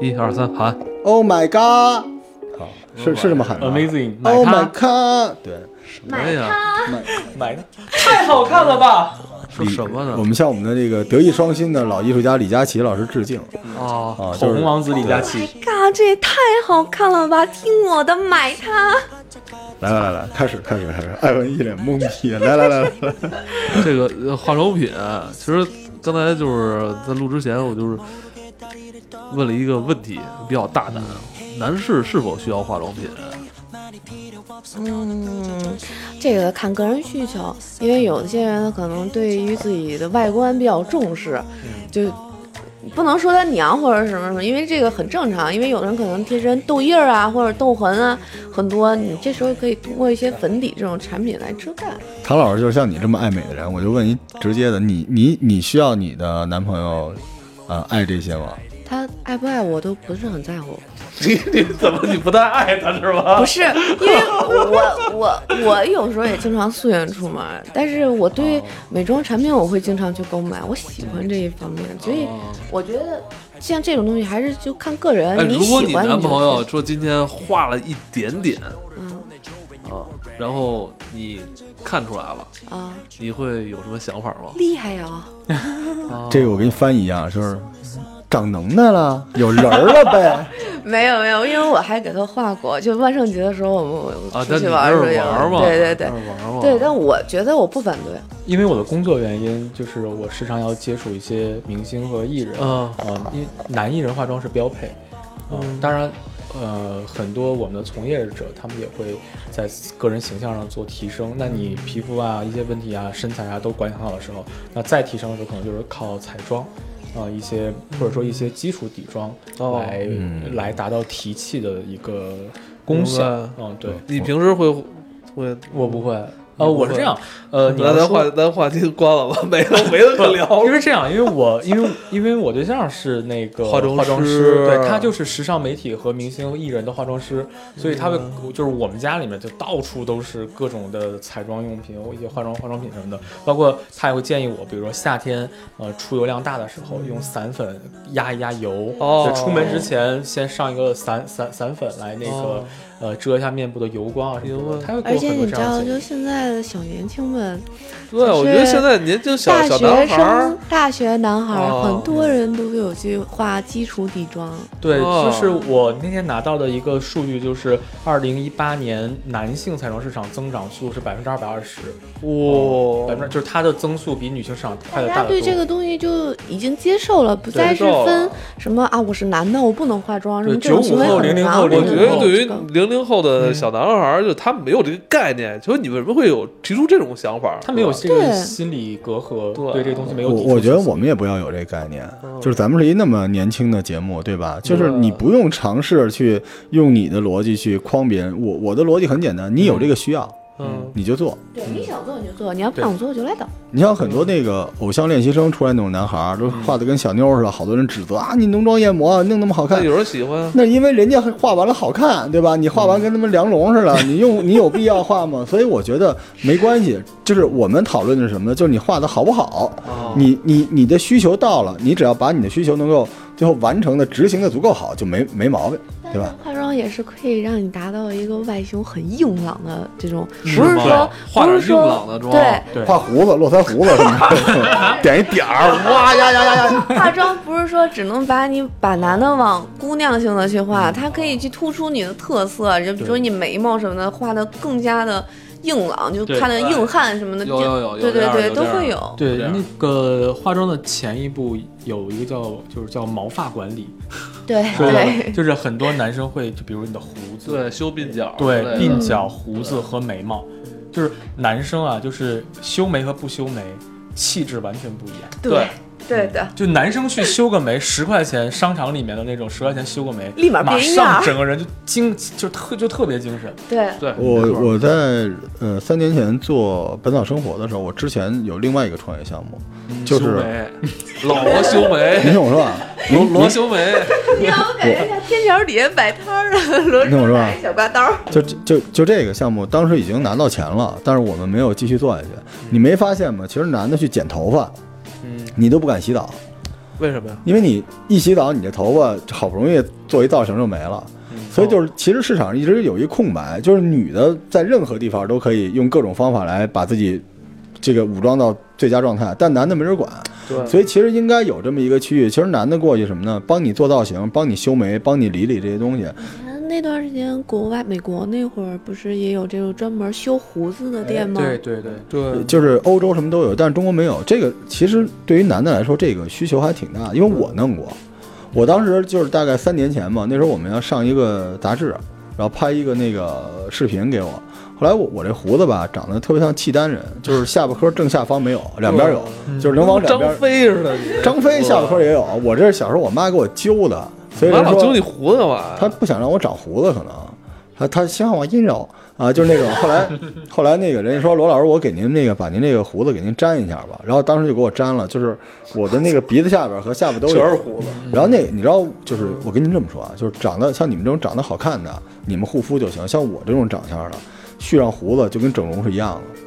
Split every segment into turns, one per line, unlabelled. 一二三，啊喊
Oh my god！好，是是这么喊的。
Amazing，买
Oh my
它，
god！对，
哎呀，
买它，太好看了吧！
是什么
我
呢？
们向我们的这个德艺双馨的老艺术家李佳琦老师致敬
哦，
啊！
口
就是
红王子李佳琦，
嘎，这也太好看了吧！听我的，买它。
来来来来，开始开始开始，艾文一脸懵逼。来来来来来，
这个呃化妆品，其实刚才就是在录之前，我就是问了一个问题，比较大胆，啊男士是否需要化妆品？啊
嗯，这个看个人需求，因为有些人可能对于自己的外观比较重视，
嗯
就不能说他娘或者什么什么，因为这个很正常。因为有的人可能贴身痘印儿啊，或者痘痕啊，很多，你这时候可以通过一些粉底这种产品来遮盖。
唐老师就是像你这么爱美的人，我就问你直接的，你你你需要你的男朋友，呃，爱这些吗？
他爱不爱我都不是很在乎，
你你 怎么你不太爱他是 吧？
不是因为我我我有时候也经常素颜出门，但是我
哦
对美妆产品我会经常去购买，我喜欢这一方面，所以我觉得像这种东西还是就看个人，
哦哎，如果
呃喜
你
欢
男
就
朋友
是
说今天化了一点点，
嗯
啊，然后你看出来了，
啊
你会有什么想法吗？
厉害呀、
啊
这个我给你翻译一下，就是长能耐了，有人儿了呗。
没有没有，因为我还给他画过，就万圣节的时候我们我
啊，
出
但
去
你
玩
那
儿
是
时候也
玩嘛，
对对对
那是玩嘛，
对，但我觉得我不反对，
因为我的工作原因，就是我时常要接触一些明星和艺人，
嗯
呃，因为男艺人化妆是标配，呃当然，呃，很多我们的从业者他们也会在个人形象上做提升。那你皮肤啊、一些问题啊、身材啊都管理很好的时候，那再提升的时候可能就是靠彩妆。啊、一些或者说一些基础底妆
哦
来、
嗯
来达到提气的一个功效
明白。
嗯，对，
你平时会会
我不会。
你
呃，
不
我是
会
这样， 呃，你要
咱咱
说
话咱话题关了吧，没了没得可聊
因
了。
为这样，因为我因为因为我对象是那个
化妆
化妆
师
对他就是时尚媒体和明星艺人的化妆师，所以他会
嗯
就是我们家里面就到处都是各种的彩妆用品，一些化妆化妆品什么的，包括他也会建议我，比如说夏天呃出油量大的时候，用散粉压一压油，
哦
就出门之前先上一个散散散粉来那个、
哦
呃遮一下面部的油光啊什么
明白
的，他会给
而
我
且
很
你
多
知
这样
道，
的建
就
议。
现在的小年轻们，
对，我觉得现在年轻小
大
小男
学
孩儿
生、大学男孩儿，
哦
很多人都有去画基础底妆。
对，
哦
就是我那天拿到的一个数据，就是二零一八年男性彩妆市场增长速度是百分之二百二十，百分
哇，
之就是它的增速比女性市场快
大
的大
家
得
对
多。
这个东西就已经接受了，不再是
接受了
分什么啊，我是男的，我不能化妆，什么
对
这种行为
95后
很
00
麻
后
烦的
我觉得
后
对于零零后嗯的小男孩儿，就他们没有这个概念，就是你为什么会有提出这种想法儿？
他没有这
对
个心理隔阂，
对
对这个东西没有
我
抵触
我觉得
心
我们也不要有这概念，就是咱们是一那么年轻的节目，对吧？就是你不用尝试去用你的逻辑去框别人。我我的逻辑很简单，你有这个需要
嗯，
你就做。
对你想做你就做，你要不想做就来等。
你像很多那个偶像练习生出来那种男孩儿，都画的跟小妞儿似的，好多人指责啊，你浓妆艳抹，弄那么好
但
看。
有人喜欢，
那因为人家画完了好看，对吧？你画完跟他们梁龙似 的，你用你有必要画吗？所以我觉得没关系。就是我们讨论的是什么呢？就是你画的好不好，你你你的需求到了，你只要把你的需求能够最后完成的执行的足够好，就没没毛病，对吧？
化妆也是可以让你达到一个外形很硬朗的这种，
嗯
不
是
是
吗
说
化
不
点
是说
硬朗的妆
对，
对
画胡子，络腮胡子什么的， 点一点儿，哇呀呀呀呀！
化妆不是说只能把你把男的往姑娘性的去画，它可以去突出你的特色，就比如说你眉毛什么的画的更加的硬朗，就
对
看的硬汉什么的，
有
就
有有有这
对对
样
对，
有这
都
样
会有。
对
这样
那个化妆的前一步有一个叫就是叫毛发管理，
对
就是
对，
就是很多男生会就比如你的胡子，
对，修鬓角，
对，鬓角、胡子和眉毛，就是男生啊，就是修眉和不修眉，气质完全不一样。
对
对的，
就男生去修个眉， 十块钱商场里面的那种十块钱修个眉，
立马
马
变啊样
上整个人就精，就特就特别精神。
对
对，
我
没错
我在呃三年前做《本草生活》的时候，我之前有另外一个创业项目，就
修
是
眉，老罗修
您
眉，
听我说啊，
罗罗修 眉，
你让我感觉像天桥底下摆摊儿的罗
那我
志
说啊
摆小刮刀，
就就就这个项目，当时已经拿到钱了，但是我们没有继续做下去。你没发现吗？其实男的去剪头发，
嗯，
你都不敢洗澡，
为什么呀？
因为你一洗澡，你这头发好不容易做一造型就没了，所以就是其实市场一直有一空白，就是女的在任何地方都可以用各种方法来把自己这个武装到最佳状态，但男的没人管，
对，
所以其实应该有这么一个区域。其实男的过去什么呢？帮你做造型，帮你修眉，帮你理理这些东西。
那段时间，国外美国那会儿不是也有这种专门修胡子的店吗？
对对对，
对，
就是欧洲什么都有，但是中国没有。这个其实对于男的来说，这个需求还挺大的，因为我弄过，我当时就是大概三年前嘛，那时候我们要上一个杂志，然后拍一个那个视频给我。后来我我这胡子吧，长得特别像契丹人，就是下巴颏正下方没有，两边有，就是能往两
张
边。
飞似的，你
张飞下巴颏也有，我这是小时候我妈给我揪的，所以
妈
人
老揪你
说
胡子吧，
她不想让我长胡子，可能她她希望我阴柔啊，就是那种。后来后来那个人家说罗老师，我给您那个把您那个胡子给您粘一下吧，然后当时就给我粘了，就是我的那个鼻子下边和下巴都
全是
有。
胡子，
然后那你知道，就是我跟您这么说啊，就是长得像你们这种长得好看的，你们护肤就行，像我这种长相的，续上胡子就跟整容是一样的。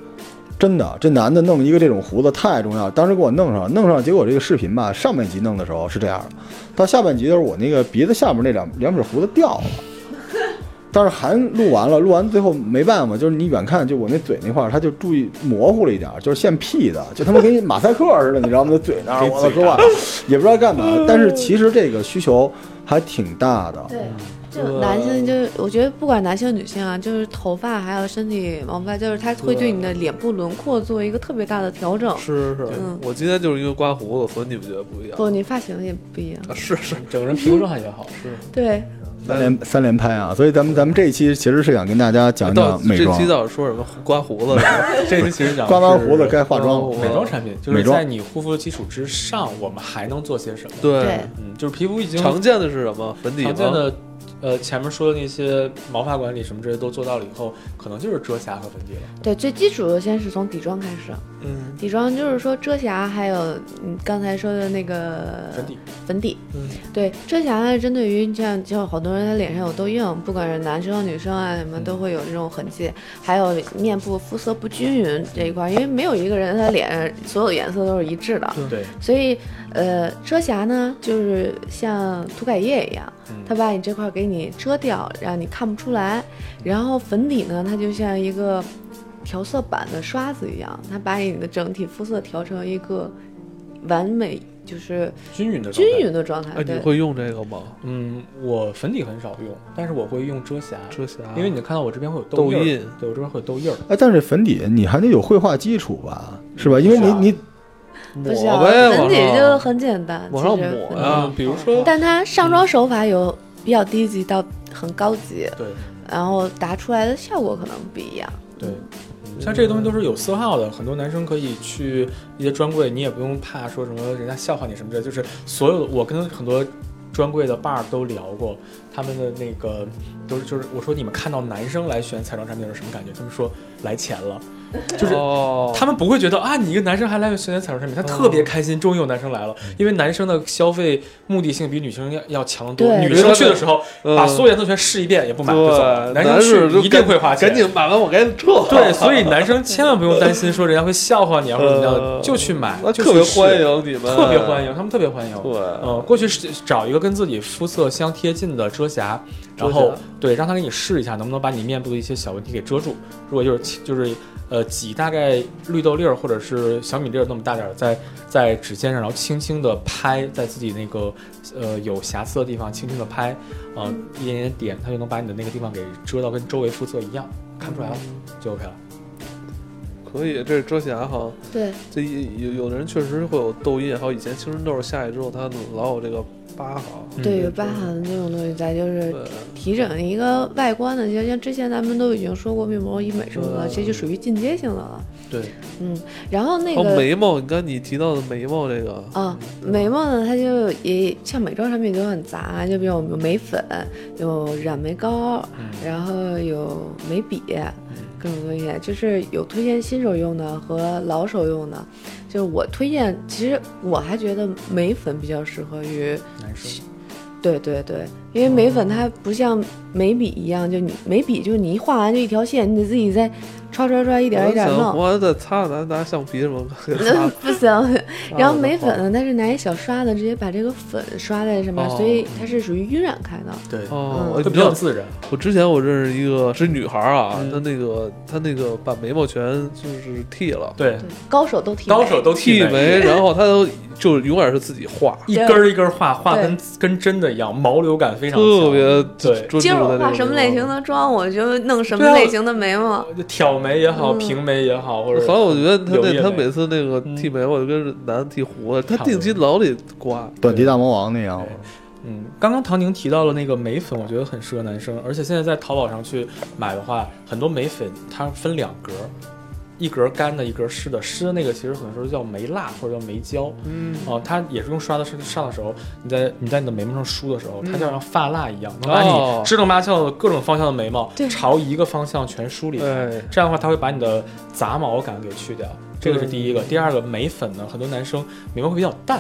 真的，这男的弄一个这种胡子太重要了。当时给我弄上，弄上，结果这个视频吧，上半集弄的时候是这样的，到下半集的时候，我那个鼻子下面那两两撇胡子掉了。但是还录完了，录完最后没办法，就是你远看就我那嘴那块儿，他就注意模糊了一点儿，就是现 P 的，就他妈跟马赛克似的，你知道吗？那嘴那儿，我的哥啊，也不知道干嘛。但是其实这个需求还挺大的，
对，就男性就是，我觉得不管男性女性啊，就是头发还有身体毛发，就是它会对你的脸部轮廓做一个特别大的调整，
是是是
嗯，
我今天就是因为刮胡子，所以你们觉得不一样，
不，你发型也不一样。
啊是哎是，
整个人皮肤状态也好，是
对，
三连三连拍啊！所以咱们咱们这一期其实是想跟大家讲
哎到
讲美
这
妆
期，到底说什么刮胡子 了？
这次其实讲
刮完
是哦
胡子该化妆。
美妆产品，就
美
是
妆
在你护肤的基础之上，我们还能做些什么？，
对
对，
嗯，就是皮肤已经
常见的是什么？粉底
常见
吗？
的，呃，前面说的那些毛发管理什么之类都做到了以后，可能就是遮瑕和粉底了。
对，最基础的先是从底妆开始，
嗯，
底妆就是说遮瑕，还有你刚才说的那个
粉底，
粉底，
嗯
对，遮瑕呢，针对于你像就好多人他脸上有痘印，不管是男生女生啊，什么都会有这种痕迹，还有面部肤色不均匀这一块儿，因为没有一个人他脸上所有颜色都是一致的，
对，
所以呃，遮瑕呢就是像涂改液一样，
嗯
它把你这块儿给你遮掉，让你看不出来。然后粉底呢，它就像一个调色板的刷子一样，它把你的整体肤色调成一个完美，就是
均匀的状态
均匀。的状态。
哎，你
对，
会用这个吗？
嗯，我粉底很少用，但是我会用遮瑕，
遮瑕，
因为你看到我这边会有
痘
印儿，
啊印
对我这边会有痘印儿。
哎，但是粉底你还得有绘画基础吧，是吧？因为
是啊
你你
不
抹
是啊，
呗，
粉
往
底
上
就很简单，
往上
其实
抹
粉
呀啊
嗯，比如说，
但它上妆手法有比较低级到很高级，
对
然后达出来的效果可能不一样。
对，
嗯
像这些东西都是有色号的，很多男生可以去一些专柜，你也不用怕说什么人家笑话你什么之类的，就是所有的我跟很多。专柜的 bar 都聊过，他们的那个都是就是我说你们看到男生来选彩妆产品是什么感觉？他们说来钱 了，就是
哦
他们不会觉得啊，你一个男生还来选择彩妆产品，他特别开心，终于有男生来了，因为男生的消费目的性比女生要要强得多。
对
女生去的时候，
嗯
把所有颜色全试一遍，也不买就走了。
对，
男生
士就
去一定会花钱，
赶紧买完我该撤。
对，所以男生千万不用担心说人家会笑话你啊或者怎么样的，就去买，
呃那
就
特别
去试
欢，迎你们，
特别欢迎，他们特别欢迎。
对，
嗯，过去是找一个跟自己肤色相贴近的遮瑕，然后
遮瑕
对，让他给你试一下，能不能把你面部的一些小问题给遮住。如果就是就是呃挤大概绿豆粒儿或者是小米粒儿那么大点儿，在在指尖上，然后轻轻的拍，在自己那个呃有瑕疵的地方轻轻的拍，呃一点点点，它就能把你的那个地方给遮到跟周围肤色一样，看不出来了
嗯
就 OK 了。
可以，这是遮瑕哈。
对，
这有有的人确实会有痘印，还有以前青春痘下去之后，他老有这个疤哈。
对，有
嗯
疤痕这种东西在，就是
对，
提整一个外观的，就像之前咱们都已经说过面膜、医美什么的，
嗯
这就属于进阶性的了。
对，
嗯，然后那
还有
个
哦眉毛，你刚才你提到的眉毛这个，
啊，眉毛呢，它就也像美妆产品就很杂，就比如有眉粉、有染眉膏，
嗯
然后有眉笔，各种东西，就是有推荐新手用的和老手用的。就是我推荐，其实我还觉得眉粉比较适合于
男生
对对对，因为眉粉它不像眉笔一样，就你眉笔就是你一画完就一条线，你得自己再刷刷刷一点儿一点儿弄，
我再擦拿拿橡皮什么 给它擦
那不行。然后没粉
啊
呢，它是拿一小刷子直接把这个粉刷在上面，
哦
所以它是属于晕染开的。
对，
哦，
嗯
你
会比
知
较
道
自然。
我之前我认识一个是女孩儿啊，
嗯
她那个她那个把眉毛全就是剃了，
对，
对，高手都挺
高手都
剃眉，
眉，
然后她都就永远是自己画，
一根儿一根儿画，画跟跟真的一样，毛流感非常强，
特别
对
专注
今儿我
在
化
这
什么
个
类
地
型
方。
的妆，我就弄什
对
么
啊
类型的眉毛。
就挑眉也好，
嗯
平眉也好，或者哎
后来我觉得她
柳叶
那她
眉
每次那个
嗯
剃眉毛就跟男的剃胡子，她
差不
定期老得刮。
短笛大魔王那
哦
样，
嗯，刚刚唐宁提到了那个眉粉，我觉得很适合男生，而且现在在淘宝上去买的话，很多眉粉它分两格，一格干的，一格湿的。湿的那个其实很多时候叫眉蜡或者叫眉胶，
嗯
哦、它也是用刷的时刷的时候，你在你在你的眉毛上梳的时候，它就
嗯
像发蜡一样，能把
哦
你支棱八翘的各种方向的眉毛
对
朝一个方向全梳理开。
哎，
这样的话，它会把你的杂毛感给去掉，这个是第一个。第二个，眉粉呢，很多男生眉毛会比较淡。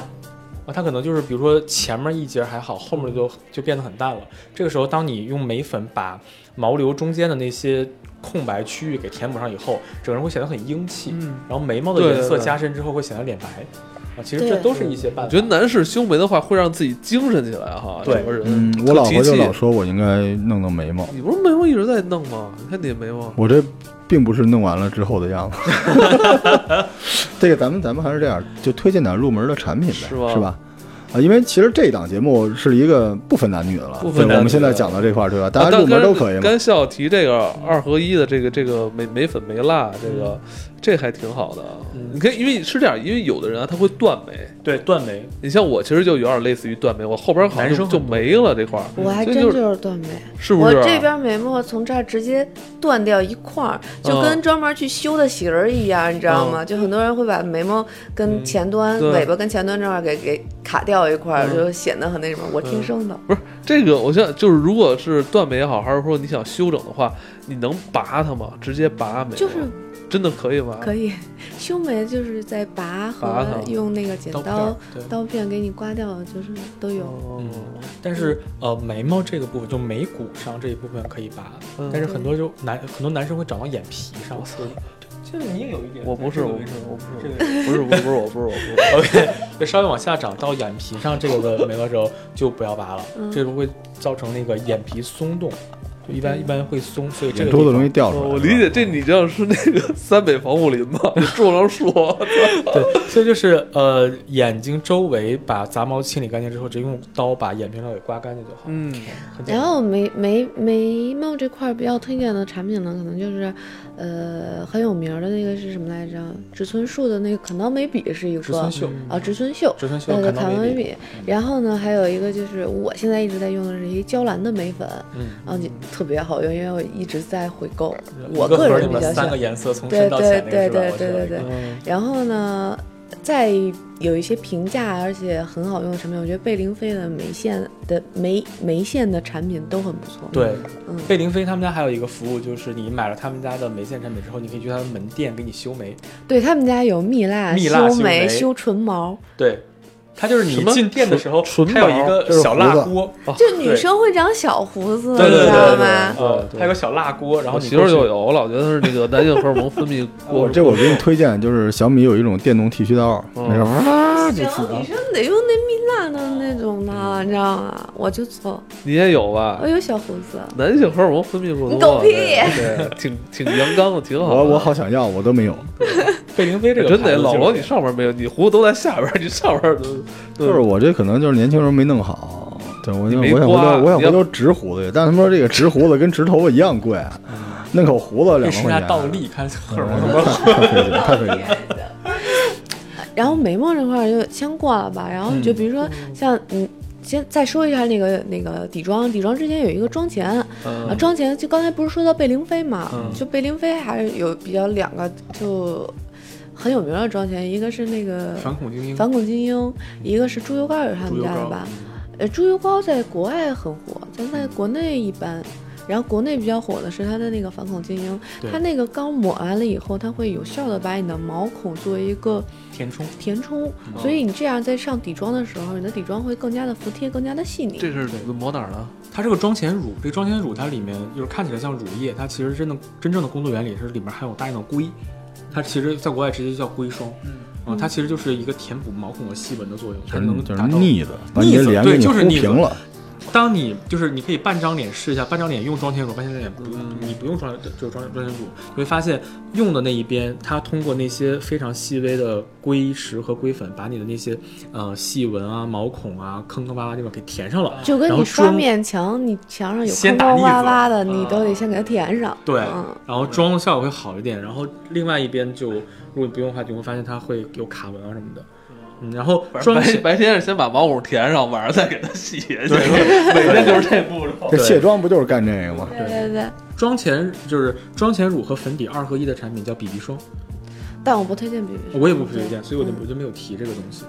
啊，它可能就是比如说前面一节还好，后面就就变得很淡了。这个时候，当你用眉粉把毛流中间的那些空白区域给填补上以后，整个人会显得很英气。
嗯，
然后眉毛的
对
颜色
对
加深之后会显得脸白。啊，其实
对
这都是一些办
我
法。
觉得男士修眉的话会让自己精神起来哈，
对
整个人。
嗯，
特
我老
提
婆就
气
老说我应该弄弄眉毛，
你不是眉毛一直在弄吗？你看你的眉毛，
我这并不是弄完了之后 的样子。这个咱们咱们还是这样，就推荐点入门的产品呗，
是吧
是吧？啊，因为其实这档节目是一个不分男女的了，
不分男女的啊
对我们现在讲到这块儿，对吧？大家入门都可以嘛。
刚才笑提这个二合一的这个这个美美粉没辣，这个这还挺好的啊。
嗯
你可以，因为是这样，因为有的人啊他会断眉，
对断眉，
你像我其实就有点类似于断眉，我后边好像
男
就
生
就
很
没了这块儿，
我还
所
真
以就
就是断眉，
是不
我
是啊？
这边眉毛从这儿直接断掉一块儿，就
嗯
跟专门去修的型儿一样，你知道吗？就很多人会把眉毛跟前端、
嗯对
尾巴跟前端这块儿给给卡掉一块儿，
嗯
就显得很那什么。我天生的，
不是这个，我想就是，如果是断眉也好，还是说你想修整的话，你能拔它吗？直接拔眉吗
就是
真的可以吗？
可以修眉，就是在拔和
拔它
用那个剪
刀片
刀
儿对。
刀片给你刮掉，就是都有。
哦
嗯但是呃，眉毛这个部分，就眉骨上这一部分可以拔，
嗯
但是很多就男很多男生会长到眼皮上。这你也有一点
我不是，我不是，我不是， 不是，我不是，我不是，我不是。
OK，就稍微往下长到眼皮上这个眉毛的时候就不要拔了，
嗯
这个会造成那个眼皮松动，就一
嗯
般一般会松，所以这
眼
个
珠子容易
易
掉出来。
哦我
是吧
理解，这你知道是那个三北防护林 吗？种上树，
对， 所以就是呃眼睛周围把杂毛清理干净之后，直接用刀把眼皮上给刮干净就好，
嗯，
很简单。
然后眉眉眉毛这块儿比较推荐的产品呢，可能就是，呃，很有名儿的那个是什么来着？植村树的那个砍刀眉笔是一个，
植村秀，
啊，植村秀，
植村秀
对对，
砍
卡
刀
呃文
眉笔，嗯
笔。然后呢，还有一个就是我现在一直在用的是一娇兰的眉粉，
嗯。
然后就特别好用，因为我一直在回购。我
一个
个
盒
人
里
比
面
较喜
三个
欢。
颜色从
对
深到
对
浅那个
对
是吧
对
我知
对
道
对
一个
对。
嗯
然后呢，再有一些平价而且很好用的产品，我觉得贝玲妃的眉线的眉眉线的产品都很不错。
对，
嗯
贝玲妃他们家还有一个服务，就是你买了他们家的眉线产品之后，你可以去他们门店给你修眉。
对，他们家有蜜蜡、
蜜蜡修
修
眉哦
眉、修唇毛，
对，它就是你
什么
进店的时候，
唇
它有一
就
个
是
小
胡子
蜡锅，
就女
对
生会长小胡子，
对对
你知
对
道
对
吗？
呃
对，对
它有个小蜡锅，然后
我
你
媳妇儿
过去
就有，我老觉得是那个男性荷尔蒙分泌过
我
多。
这我给你推荐，就是小米有一种电动剃须刀，
嗯
那是哇就
行
刺，
女生得用那蜜蜡的那种的，你知道吗？我就错，
你也有吧
我？有小胡子。
男性荷尔蒙分泌过多，
你狗屁
对，对挺挺阳刚的，挺好的。
我我好想要，我都没有。
贝玲妃这 个
哎真
牌
得
子
老
就是
罗，你上边没有，你胡子都在下边儿，你上边儿 都
就是我这可能就是年轻时候没弄好，对我
你
就
没
我想回
刮
头我想
你要
回头植胡子去，但他们说这个植胡子跟植头发一样贵啊，弄口胡子
可
两
以
万
试
块
下
钱，
倒立看荷尔蒙什
嗯
么。
太太费劲了，太费劲了。
然后眉毛这块儿就先过了吧，然后就比如说像嗯。先再说一下那个那个底妆，底妆之前有一个妆前啊，
嗯
妆前就刚才不是说到贝玲妃嘛，
嗯
就贝玲妃还是有比较两个就很有名的妆前，一个是那个
反恐精英，
反恐精英，一个是猪油膏也是他们
猪油
家的
膏
吧？呃，猪油膏在国外很火，但在国内一般。然后国内比较火的是它的那个反恐精英，
对
它那个膏抹完了以后，它会有效的把你的毛孔做一个
嗯填充。
填充，
嗯
所以你这样在上底妆的时候，你的底妆会更加的服帖，更加的细腻。
这是抹哪儿呢？
它是个妆前乳，这个妆前乳它里面就是看起来像乳液，它其实真的真正的工作原理是里面含有大量的硅，它其实在国外直接叫硅霜，嗯、它其实就是一个填补毛孔和细纹的作用，它
就是
能
就
达
是
到。
腻子，把你的
腻子
脸
对
给你
就是
糊
腻子
平了。
当你就是你可以半张脸试一下，半张脸用妆前乳，半张脸不你不用妆就是妆妆前乳，你会发现用的那一边，它通过那些非常细微的硅石和硅粉，把你的那些呃细纹啊、毛孔啊、坑坑洼洼地方给填上了。
就跟
然
你
后
刷
妆
面墙，你墙上有
先
坑
打
坑
腻子嗯
洼洼的，你
啊
都得先给它填上。
对
嗯，
然后妆的效果会好一点。然后另外一边就如果你不用的话，你会发现它会有卡纹啊什么的。嗯，然后
反正
妆
白
前
白天是先把毛孔填上，晚上再给它洗下去， 每天就是这步骤。
这
对
卸妆不就是干这个吗？
对对对，
妆前就是妆前乳和粉底二合一的产品叫 BB 霜，
但我不推荐 BB 霜，
我也不推荐，所以我就
嗯
我就没有提这个东西。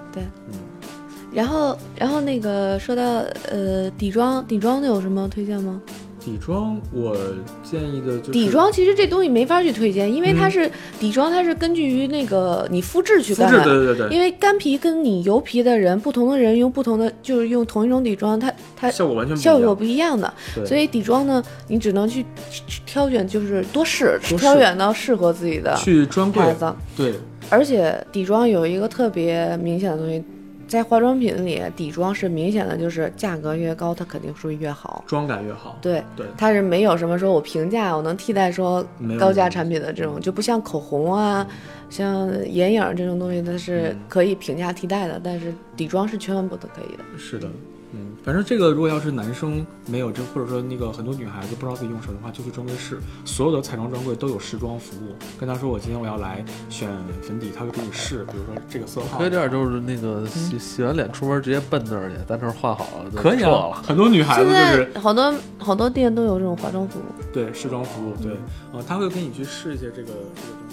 然后，
哦
然后那个说到呃底妆，底妆的有什么推荐吗？
底妆我建议的就是
底妆其实这东西没法去推荐，因为它
嗯
是、底妆，它是根据于那个你肤质去
肤
干
质，
的。
对对对对，
因为干皮跟你油皮的人，不同的人用不同的，就是用同一种底妆，它它
效果完全不一
效
样。
果不一样的。
对
所以底妆呢，你只能去去挑选，就是多试，
多试
挑选到适合自己的
去专柜
牌子。
对
而且底妆有一个特别明显的东西，在化妆品里，底妆是明显的，就是价格越高，它肯定是越好。
妆感越好，
对，
对
它是没有什么说我平价，我能替代说
没有
高价产品的这种，就不像口红啊，像眼影这种东西，它
嗯
是可以平价替代的，但是底妆是千万不得可以的。
是的。嗯，反正这个如果要是男生没有这，或者说那个很多女孩子不知道自己用什么的话，就去专柜试，所有的彩妆专柜都有试妆服务。跟他说我今天我要来选粉底，他会给你试，比如说这个色号
可以。这样，就是那个洗洗完脸出门直接奔那儿去，在那儿画好了，
可以
了。
啊，很多女孩
现
子就是
在好多好多店都有这种化妆服务。嗯
哦对试妆服务，对，呃，他会给你去试一些这个这个东西。